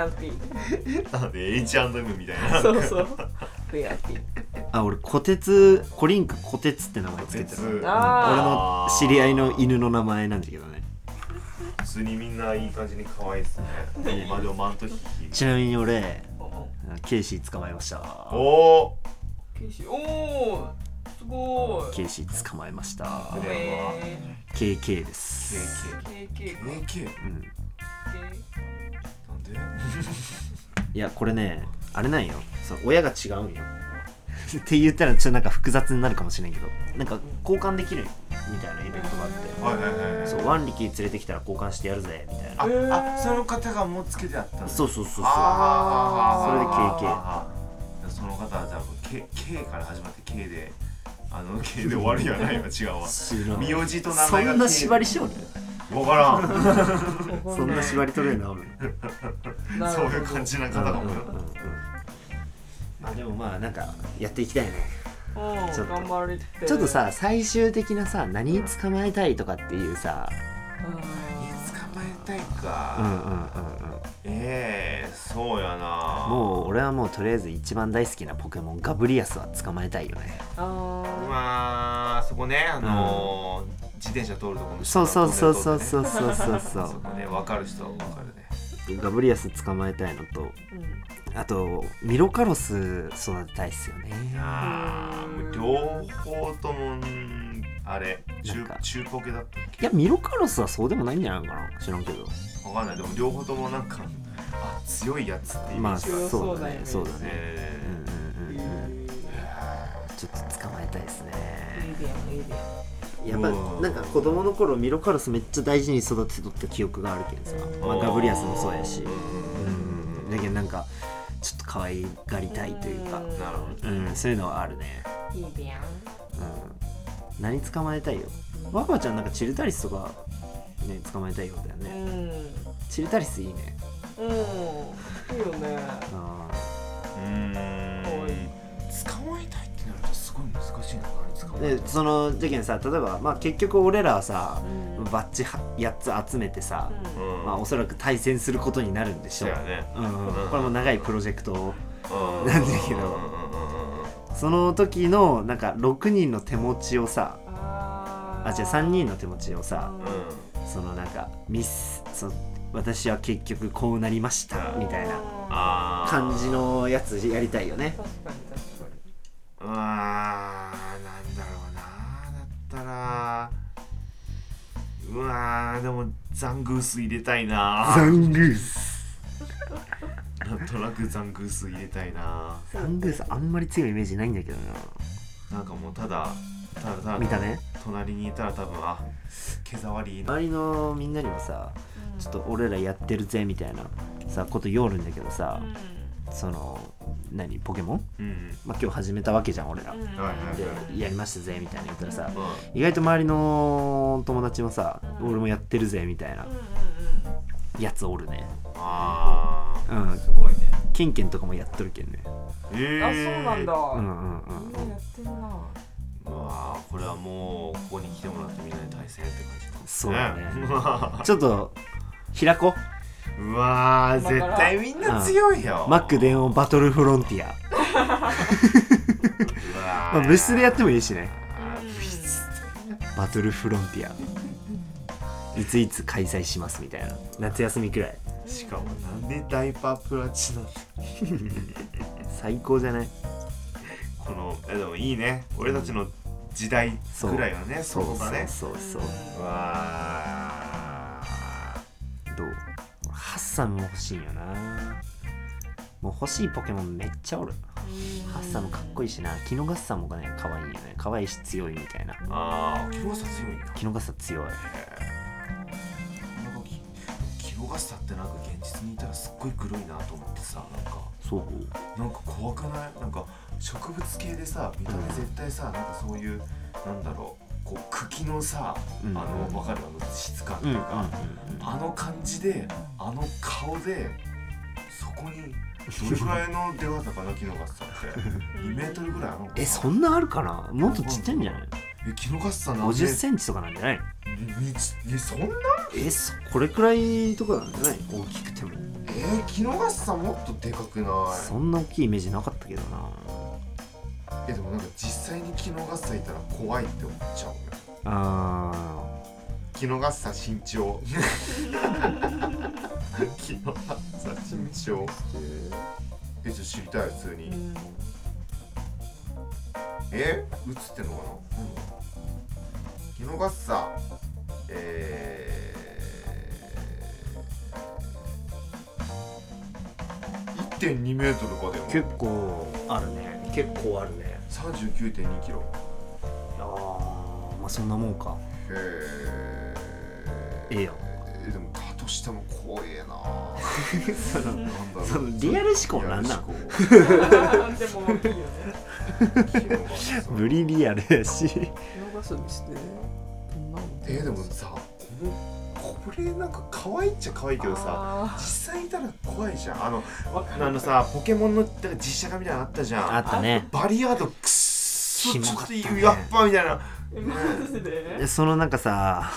なんで H&M みたいな
そうそうベイ &P
あ俺虎鉄コリンク虎鉄って名前つけて
鉄
るうん俺の
あ
知り合いの犬の名前なんだけどね
普通にみんないい感じに可愛いっすね今でもマントヒヒ
ちなみに俺
お
ケイシー捕まえました
おお
ケイシーおーすごい
ケイシー捕まえました
ごめん
KK です、
KK
KK か
KK
うん、
なんで
いやこれねあれなんよそう親が違うんよ (laughs) って言ったらちょっとなんか複雑になるかもしれんけどなんか交換できるみたいなイベントがあ
は
っ
いはいはいはい
てそうワンリキ連れてきたら交換してやるぜみたいな
あ、
え
あ
ー
その方がもうつけてあったの
そうそうそうそう
あー
それで KK
あーその方は多分 K, K から始まって K であの K で終わるやないわ違
(laughs)
うわ
知らん
名字と名
そ
前が
んな縛りしよる
分からん
そんな縛り取れるな俺
そういう感じな方かもよ
まあでもまあなんかやっていきたいね
うん
ちょっと
頑張れて
ちょっとさ最終的なさ何捕まえたいとかっていうさ
う
捕まえたい
うんうん
か、
うんうん
ええそうやな
もう俺はもうとりあえず一番大好きなポケモンガブリアスは捕まえたいよね
んあ
まあそこねあのー自転車通るとこの
そうそうそうそう
う
そうそうそうそ
そこね分かる人は分かるね
うガブリアス捕まえたいのと
ーうん
あとミロカロス育てたいっすよね
あーもう両方ともんあれ
なん
中
か
中ポケだった
いやミロカロスはそうでもないんじゃないのかな知らんけど
わかんないでも両方ともなんかあ強いやつってイメ
まあ
ージがある
そうだねそうだね
え
うんうんうんうんうんちょっと捕まえたいですね
いいねいいね
やっぱ
うわ
なんか子供の頃ミロカロスめっちゃ大事に育てとった記憶があるけどさ、まあ、ガブリアスもそうやしうんだけどなんかちょっと可愛がりたいというか、
なるほど
うん、そういうのはあるね、
いいね
うん、何捕まえたいよワクワちゃんなんかチルタリスとかね捕まえたいようだよ
う
ね
ん
チルタリスいいね
うんいいよね
あ
うん
可愛い
捕まえたいってなるとすごい難しいのかな捕ま
ー
えたい
でその事件さ例えば、まあ、結局俺らはさ
うん
バッチ8つ集めてさ、
う
うん
まあ、おそらく対戦することになるんでし
そ
ょ
う
う
やね
うんうん、これも長いプロジェクトを
うん
なんだけど
うんうんうんうん
その時のなんか6人の手持ちをさ
あ
あ違う3人の手持ちをさ
うん
そのなんかミスそ私は結局こうなりましたみたいな
あ
あ
ー
(laughs) 感じのやつやりたいよね
ー確かに確か
う
に
わーなんだろうなだったらうわーでもザングース入れたい
(laughs)
な
ングース
なんとなくザングース入れたいな
ザングースあんまり強いイメージないんだけどな
なんかもうただただただ
見た目
隣にいたら多分あ毛触りいいな
周りのみんなにもさちょっと俺らやってるぜみたいなさこと言おるんだけどさ
うん
その何ポケモン、
うんうん
まあ、今日始めたわけじゃん俺ら、
うん
はいはい
でやりましたぜみたいな言ったらさ、
うん
意外と周りの友達もさ、
うん
俺もやってるぜみたいな
うんうん
やつおるね
あ
う
うん
ん
すごいね
ケンケンとかもやっとるけんね
ーえ
あそうなんだ、
うんうんうん
みんなやってるな
うわーこれはもうここに来てもらってみんなで対戦って感じだ
そうだね
うわ
ちょっと開こ
ー (laughs) うわー
今から
絶対みんな強いよ
うマック
う
電音バトルフロンティア、
わ
まあ、
ー
部室でやってもいいしね
あー部室
バトルフロンティアいついつ開催しますみたいな夏休みくらい
しかもなんでダイパープラチナ
最高じゃない
このえでもいいね俺たちの時代くらいはねそうだね
そうそうそう
うわ
どうハッサンも欲しいよなもう欲しいポケモンめっちゃおるハッサンもかっこいいしなキノガッサンもね可愛いよね可愛いし強いみたいな
ーあーキロガスタ強いんだ
キノガッサ強い
なんかきキロガスタってなんか現実にいたらすっごい黒いなと思ってさなんか
そう
なんか怖くないなんか植物系でさ見た目絶対さなんかそういうなんだろうこう茎のさ、
うん
あのわかるあの質感と
う
い
ん
う
うん
か、あの感じであの顔でそこにどれくらいの出方かなキノガスさん
(laughs)
って2メートルぐらいあるの
えそんなあるかなもっとちっちゃいんじゃない
えキノガスさんなんで
50センチとかなんじゃないの
ににそんな
えそこれくらいとかなんじゃない大きくても
えー、キノガスさんもっとでかくない
そんな大きいイメージなかったけどな
えでもなんか実際にキノガッサいたら怖いって思っちゃうよ
あ
キノガッサ身長キノガッサ身長えちょっと知りたい普通にえ映ってんのかな、キノガッサえー1.2メートルかでも
ー結構あるね結構あるね
39.2キロ
あーまあそんなもんか
へえ
ええよ
えでもだとしても怖え
(laughs)
な
その
なんだろう
そのリアル思考なんなん
リ
うんでもいいよね
アル思考広がる
(laughs) 無理リアルやし
ガスにしてどんなの
えでもさこのこれなんか可愛いっちゃ可愛いけどさ
あ
実際いたら怖いじゃんあの
ーわかる
あのさポケモンのだから実写化みたいなのあったじゃ
あ
ん
ったね
バリアードくっそ
キモ
ちょ
か
っ
った
と
ね
やっぱみたいな
マジ
で
で
そのなんかさ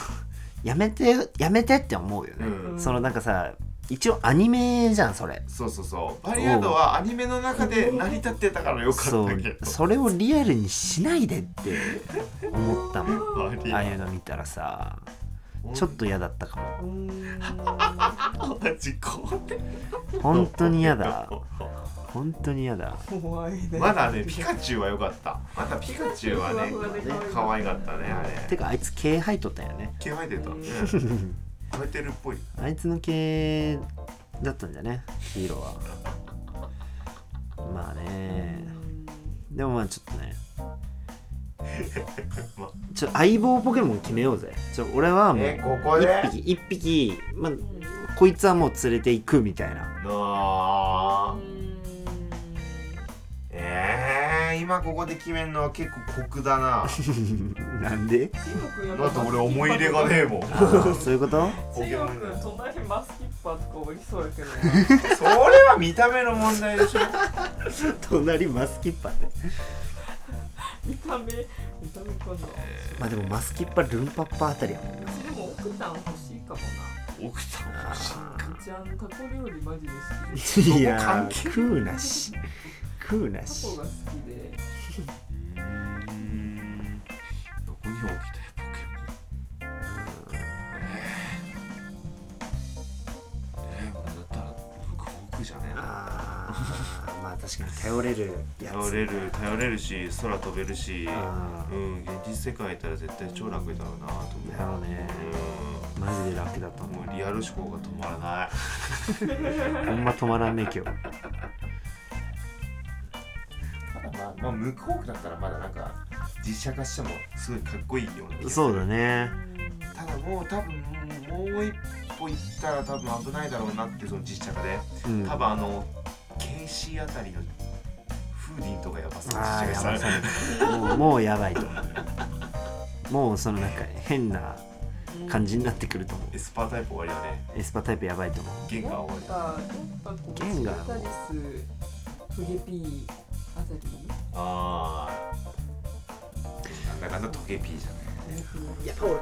やめてやめてって思うよ
う
ね、
ん
そのなんかさ一応アニメじゃんそれ
そうそうそうバリアードはアニメの中で成り立ってたからよかっ
そ
た
う
けど
それをリアルにしないでって思ったもん
バリ
あ
ア
あい
ー
うの見たらさ
ド
ちょっと嫌だったかも
うーん
同じ怖い
本当に嫌だ本当に嫌だ
怖いね
まだね、ピカチュウは良かった。またピカチュウはね
ふわふわで、
可
可
愛かったね、あれ
て。かあいつ毛生えとったよね
毛生えてたね。
(laughs)
生えてるっぽい。
あいつの毛だったんじゃねヒーローはまあねでもまあちょっと (laughs) ね
ま
ちょ相棒ポケモン決めようぜちょ俺はもう
え、ここで
一匹一匹、まあ、こいつはもう連れていくみたいな
なあ
うー。ん
えー、今ここで決めんのは結構酷だ (laughs) な。
(laughs) なんで
だって俺思い入れがねえもん。
あーそういうこと
ポケモン
くん隣マスキッパーとかおりそうやけど
(laughs)
な
それは見た目の問題でしょ。
(laughs) 隣マスキッパって
見た目見た目かな
まあでもマスキッパルンパッパあたりやもんな
でも奥さん欲しいかも
奥さん欲しい
あ
なうちあのタコ料理マジで好きで
ーいや
関
ー
係
食うなし食うな
タコ
し
が好きで
うーんどこに置きたいポケモンえーえー、だったら僕僕じゃねえな
あーまあ確かに頼れるや
頼
つ
れる頼れるし空飛べるし
あ
うん現実世界いたら絶対超楽だろうなと思
ーだろうねマジで楽だと
ううん
思
もうリアル思考が止まらないう
ほんま止まらんね今日
まあ、まあ、向こうだったらまだなんか実写化してもすごいかっこいいよう
そうだね
ただもう多分もう一歩行ったら多分危ないだろうなってその実写化で
うん
多分あの経年始あたりのフーディンとかやばそう
ああ
で
や
した
ば
ね
そうもうもうやばいと思うもうそのなんか変な感じになってくると思
エスパータイプ終わりだね
うエスパータイプやばいと思う
弦が終わりだ
やっぱこう
ゲンガー
チタリスフゲピーあたり
ああなんだかんだトゲピーじゃね
やっぱ俺や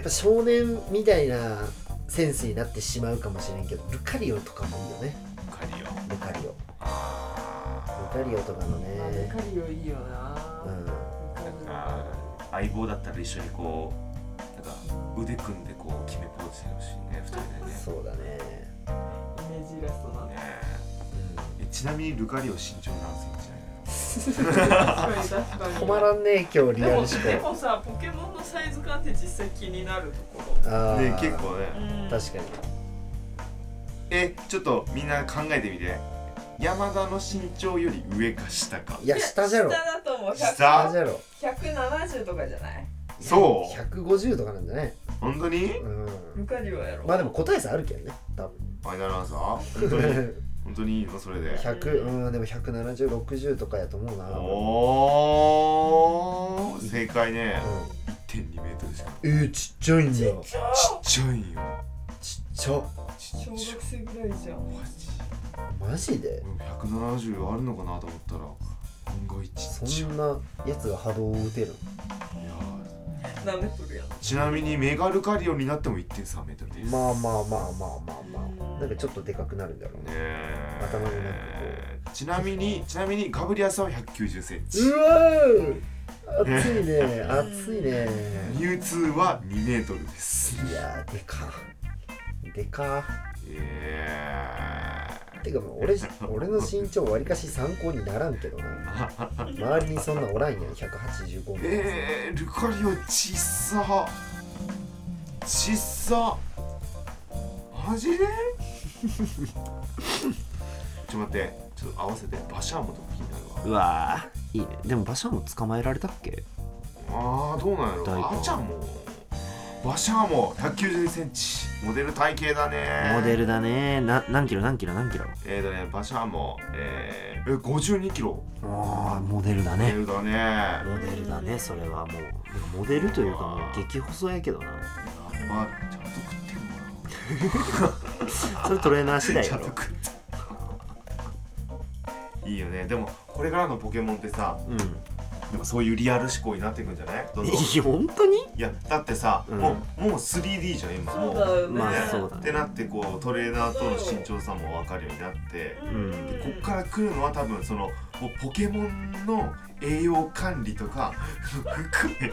っぱ少年みたいなセンスになってしまうかもしれんけどルカリオとかもいいよね
カリオ
ルカリオル
あ
カリオとかの
まあル
ね
カリオいいよ
う
なんルカリ
ー
オ
あー相棒だったら一緒にこうなんか腕組んでこう決めポーズしてほしいね二人でね
そうだね
イメージイラストなんで
ねえちなみにルカリオ身長何センチな
確かに確かに
止まらんね今日リ
で
アル
も
思
で
考
もさポケモンのサイズ感って実際気になるとこ
ああ
のね結構
ろ、
ね
うん、
確かに
えちょっとみんな考えてみて山田の身長より上か下か
いや下じゃろ
下だと思う
下
下
じゃろ
170とかじゃない
そう
150とかなんじゃね
本当に
うん
ルカリオやろ
まあでも答えさあるけどね多
ファイナルアンサー本当
(laughs)
に
分
本当にいいのそれで
100うんでも17060とかやと思うな
おー正解ね
うん
1.2メートルしか
えー、ちっちゃいんだちっ
ちょ
ちっちゃいよ
ちゃ
ち
小
っ
学
ちゃい
生ぐらいじゃん
マジ
マジで
170あるのかなと思ったら案外ちっち
そ
ゃい
んなやつが波動を打てる
いや
何メートルやん
ーちなみにメガルカリオになっても1.3メートルです
まあ
ね
まあまあまあまあまあなんかちょっとでかくなるんだろうね
え
頭の中こ
ちなみにちなみにガブリアさんは190センチ
うわー熱いね熱いね
ミュウツーは2メートルです
いやーでかでか
え
てかもう俺俺の身長わりかし参考にならんけどな周りにそんなおらんやん185も
ー、えー、ルカリオちっさちっさマジで (laughs) ちょっと待ってちょっと合わせてバシャーもと気になるわ
うわーいいねでも馬車も捕まえられたっけ
あーどうなんや
大
ろ
根
あちゃんもバシャーも1 9 0ンチモデル体型だね
モデルだねな何キロ何キロ何キロ
えーとねバシャーもえー、え5 2キロ
ああモデルだ
モデ
ね
ルだねや
モデルだねそれはもうモデルというかもう激細やけど
っ
な
ぱちゃんと食ってんのか
それトレーナー次
な
第
ちゃ
や
んと食
ろ
ってんいいよねでもこれからのポケモンってさ
うん
でもそういうリアル思考になっていくんじゃないどんどんい
え本当に
やだってさ、
うん
もうもう 3D じゃん今
そ
も
うだよね
まあそうだ
って
ね
なってこうトレーナーとの身長差も分かるようになって
う
うん
こっから来るのは多分そのもうポケモンの栄養管理とか (laughs) 含めて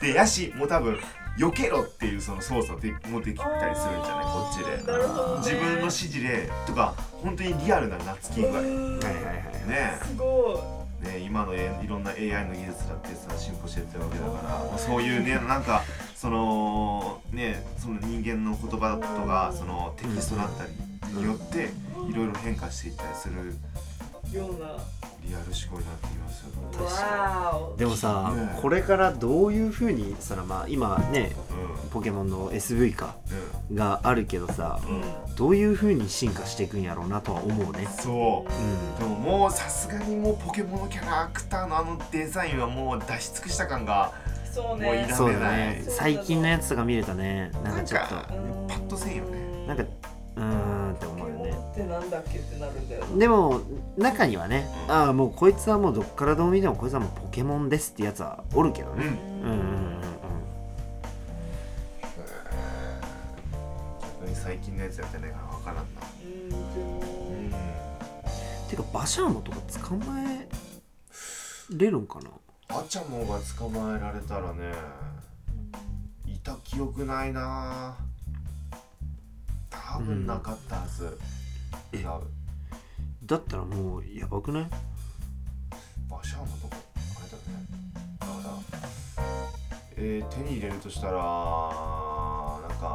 でヤシも多分避けろっていうその操作でもできたりするんじゃないこっちで
なるほどね
自分の指示でとか本当にリアルな夏キングね
はいはいはい
すご
ね今のえいろんな AI の技術だってさ進歩してってるわけだからもうそういうねなんかそのねその人間の言葉とかそのテキストだったりによっていろいろ変化していったりする
いような
リアル思考になってきますよね。
わーお
でもさ
ねえ
これからどういうふうにそのまあ今ね
う
ポケモンの SV か
んうん
があるけどさ
うん
どういうふうに進化していくんやろうなとは思うね
そううでももうさすがにもうポケモンのキャラクターのあのデザインはもう出し尽くした感が
そう
もういい
ね
ん
な
そうだね
そうだね
最近のやつとか見れたねなん
な
か
ん
ちょ
か
っと
パッとせんよね
なんかうーんって
ポケ
思うよ
モ
ね
ンってなんだっけってなるんだよ
でも中にはね、
うん
ああもうこいつはもうどっからどう見てもこいつはもうポケモンですってやつはおるけど
うん
ね、うん、うんうんうん
逆に最近のやつやってないから分からんな
うんでも
うん
てかバシャーモとか捕まえれるんかな
あちゃもが捕まえられたらねいた記憶ないな多分なかったはず、違う
だったらもうやばくない
バシャーのとこあれだねだから、えー手に入れるとしたらなんか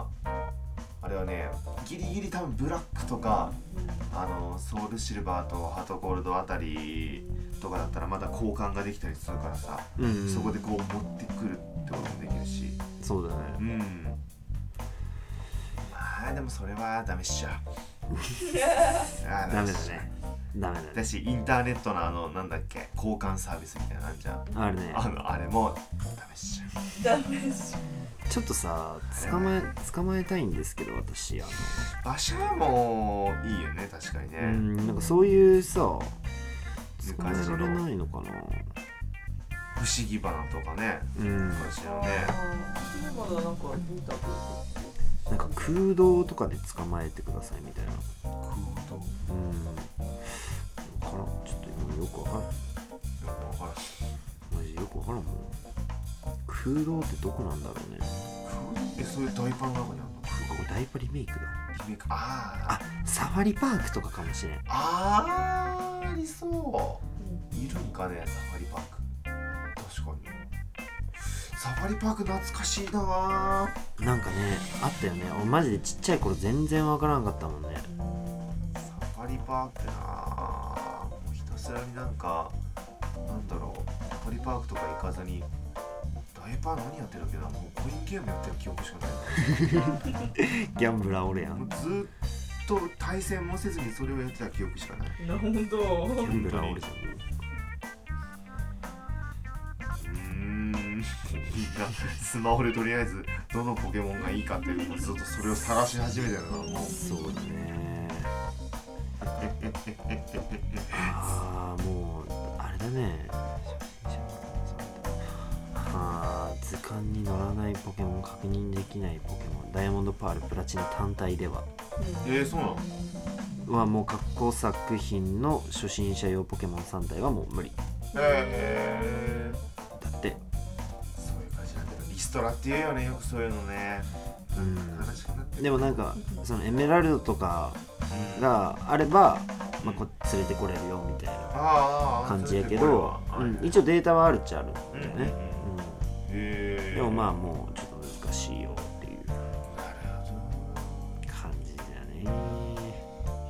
あれはねギリギリ多分ブラックとかあのソウルシルバーとハートゴールドあたりとかだったらまだ交換ができたりするからさ、
うん、うん、
そこでこう持ってくるってこともできるし
そうだ
う
ね
んまあでもそれはダメっしょあー
ダメだ。ねダメだね
私インターネットのあのなんだっけ交換サービスみたいなのあんじゃん
あるね
あのあれもダメっしょ
ダメっしょ
ちょっとさ捕まえ捕まえたいんですけど私あの
場所はもういいよね確かに
う
ね、
んなんかそういうさ捕まえ
昔
ら
の
れないのかな
不思議花とかね
うん
昔の
あ
ね
ーまだなんか見たこと
なんか空洞とかで捕まえてくださいみたいな
空洞
うんからんちょっと今よくわからん
よくわからん
マジよくわからんもん空洞ってどこなんだろうね
空えそういうダイパーの中にあるの
ここダイパリメイクだ
リメイクあー
サファリパークとかかもしれん
あーありそういるんかねサファリパーク確かにサファリパーク懐かしいなあ
なんかねあったよね俺マジでちっちゃい頃全然わからんかったもんね
サファリパークなあもうひたすらになんかなんだろうサファリパークとか行かずにダイパー何やってるわけだもうコインゲームやってる記憶しかない
ギャンブラーおるや
もうんずーっと対戦もせずにそれをやってた記憶しかない
なるほ
ギ
ど
ャンブラーおるじ
うーんみん (laughs) なスマホでとりあえずどのポケモンがいいかっていうのをずっとそれを探し始めてるからもう
ゃんそうだねああもうあれだねあー図鑑に載らないポケモン確認できないポケモンダイヤモンドパールプラチナ単体では
えー、そうなの
はもう過去作品の初心者用ポケモン3体はもう無理
えー、
だって
そういう感じなんだよリストラっていうよねよくそういうのね
うん
悲しくなって
でもなんかそのエメラルドとか
うん
があれば、まあ、こ連れてこれるよみたいな
あーあー
感じやけ
それで
ど
これは、
う
はい
ん、一応データはあるっちゃあるんだよ
うんうんうん
ね、
へ
うん
え
でもまあもうちょっと難しいよっていう
あなるほど
感じだね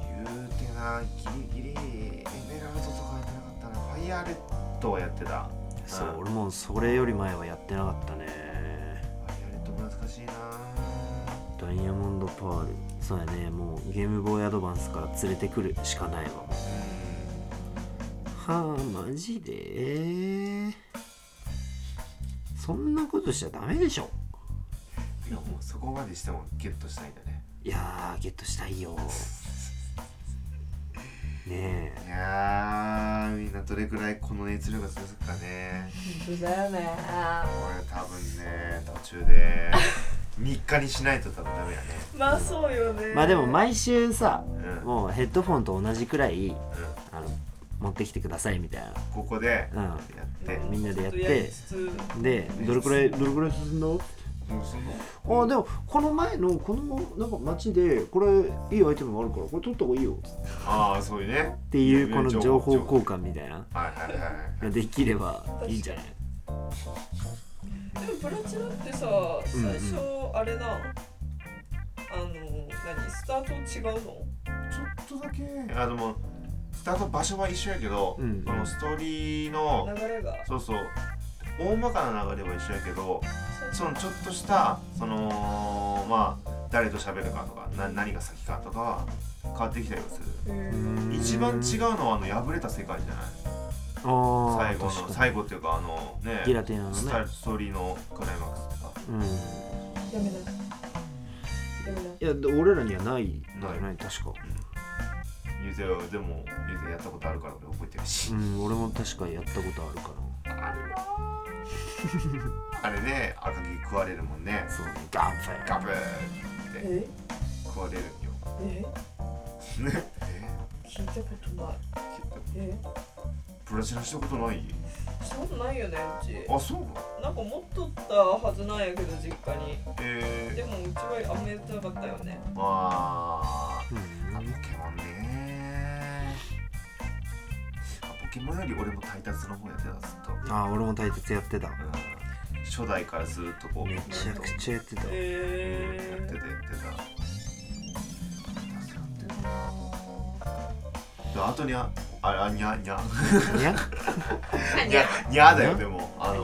言うてなギリギリエメラルドとかやってなかったなファイアーレッドはやってた
そう
うん
俺もそれより前はやってなかった
ファ
ね
イアーレッドも懐かしいな
ダイヤモンドパールそうやねもうゲームボーイアドバンスから連れてくるしかないわもうはあマジでそんなことしちゃダメでしょ
うんいやもうそこまでしてもゲットしたいんだね
いやーゲットしたいよね
いやーみんなどれくらいこの熱量が続くかね
本当だよね
俺多分ね途中
(laughs)
で3日にしないと多分ダメやね
まあそうよね
えまあでも毎週さ
うん
もうヘッドフォンと同じくらい
うん
あの持ってきてくださいみたい
ここで
な
やって
うんみんなでやっ
ちょとや
て
りつつ
でどれくらいどれくらい進んだ
もうその
あでもこの前のこのなんか街でこれいいアイテムがあるからこれ取った方がいいよっ
ああそういうね
ていうこの情報交換みたいな
はいはいはいはい
ができればいいんじゃない
でもプラチナってさ最初あれな、あの何スタート違うの
ちょっとだけあでもスタート場所は一緒やけど、
うん
このストーリーの
流れが
そうそう大まかな流れは一緒やけど
最初
そのちょっとしたそのまあ誰と喋るかとかな何が先かとかは変わってきたりはする一番違うのはあの破れた世界じゃない
ああ
最後の最後っていうかあのね
ギラティナの
ス
ね
タストーリーのクライマックスとか
うん
やめなやめない
やで俺らにはないんだよ
な
ね確か
ゆうてはでもゆうてやったことあるから俺覚えてるし、
うん俺も確かやったことあるか
あれね赤木食われるもんね
らそうねガンフェ
ガブーって
え
食われるんよ
え
ね
聞いたことないえ
プラチナしたことない
したことないよねうち
あそう
なんか持っとったはずなんやけど実家に
え
でもうちはあんまやってなかったよね
ー、まああポ
うん
ケモンねあポケモンより俺もタイタツの方やってたずっと、
ああ俺も大切やってた
うん、初代からずっとこう
めちゃくちゃやってた
やって
え
たやってたであとにゃあれあにゃにゃ
にゃ
にゃにゃだよでもあの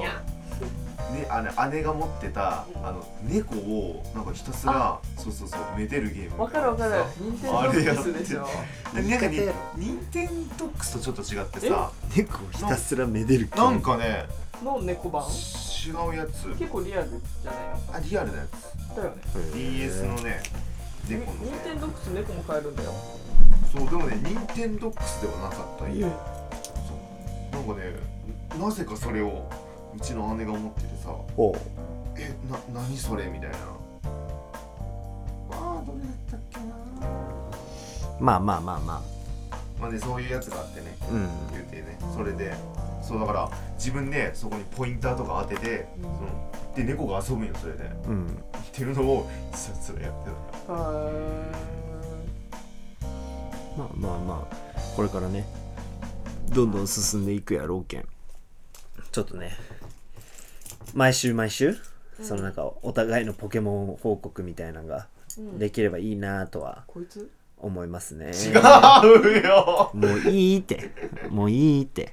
ね、あの姉が持ってたあの猫をなんかひたすらそうそうそうめでるゲーム
わかるわかる任天堂
あれやって
スでしょ
なんかに
一回やろ
ニンテンドックスとちょっと違ってさ
猫をひたすらめでる気
なんかね
の猫版
違うやつ
結構リアルじゃないの
あリアルなやつ
だよね
へー
DS のね
任
猫のね
天堂クス猫も買えるんだよ
そうでもねニンテンドックスではなかった家そうなんかねなぜかそれをうちの姉が持っててさ
おう
えな何それみたいなあーどれだったっけな
まあまあまあま
まあねそういうやつがあってね
あうん
言うてねそれでそうだから自分でそこにポインターとか当てて、そので猫が遊ぶんよそれでっ
うん
ていうのをひたすらやってた
は
まあまあまあこれからねどんどん進んでいくやろうけんちょっとね毎週毎週そのなんかお互いのポケモン報告みたいなのが
い、うん、
できればいいなとは
こいつ
思いますね
違うよ
もういいってもういいって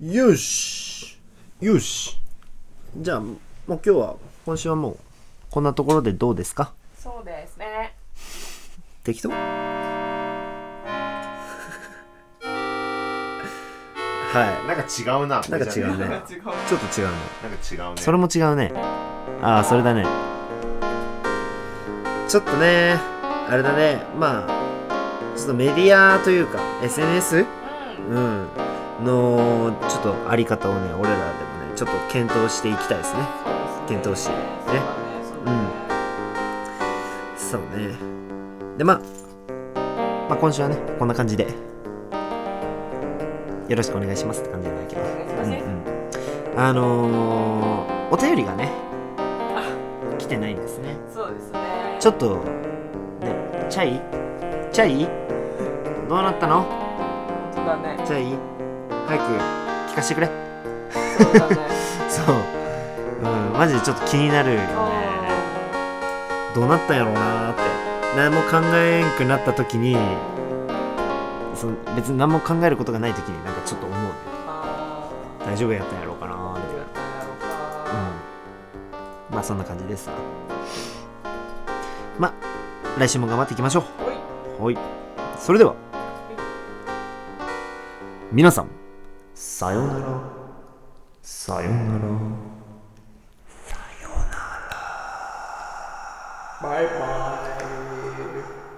よしよしじゃあもう今日は今週はもうこんなところでどうですか
そうですね
適当 (laughs) は
なんか違うな
なんか違うね
なんか
違う
いちょっと違うね
違うね
それも違うねああそれだねちょっとねあれだねまあちょっとメディアというか SNS、うん、のちょっとあり方をね俺らでもねちょっと検討していきたいですね検討してね
そうだねそ
そ
うだね
うねでまあまあ今週はねこんな感じでよろしくお願いしますって感じなんだけど
お願いしま
うん
す
う
ね
んあのー、お便りがね来てないんですね
そうですね
ちょっとねチャイチャイどうなったの
そうだね
チャイ早く聞かせてくれ
そうだね
そううんマジでちょっと気になるよねどうなったんやろうなーって何も考えんくなった時にその別に何も考えることがない時になんかちょっと思うね
あー
大丈夫やったんやろうかなーみたい
やったんやろう
な
か
うんまあそんな感じですわまあ来週も頑張っていきましょ
ほいう
はいそれでは皆さんさようならさようなら
バイバイ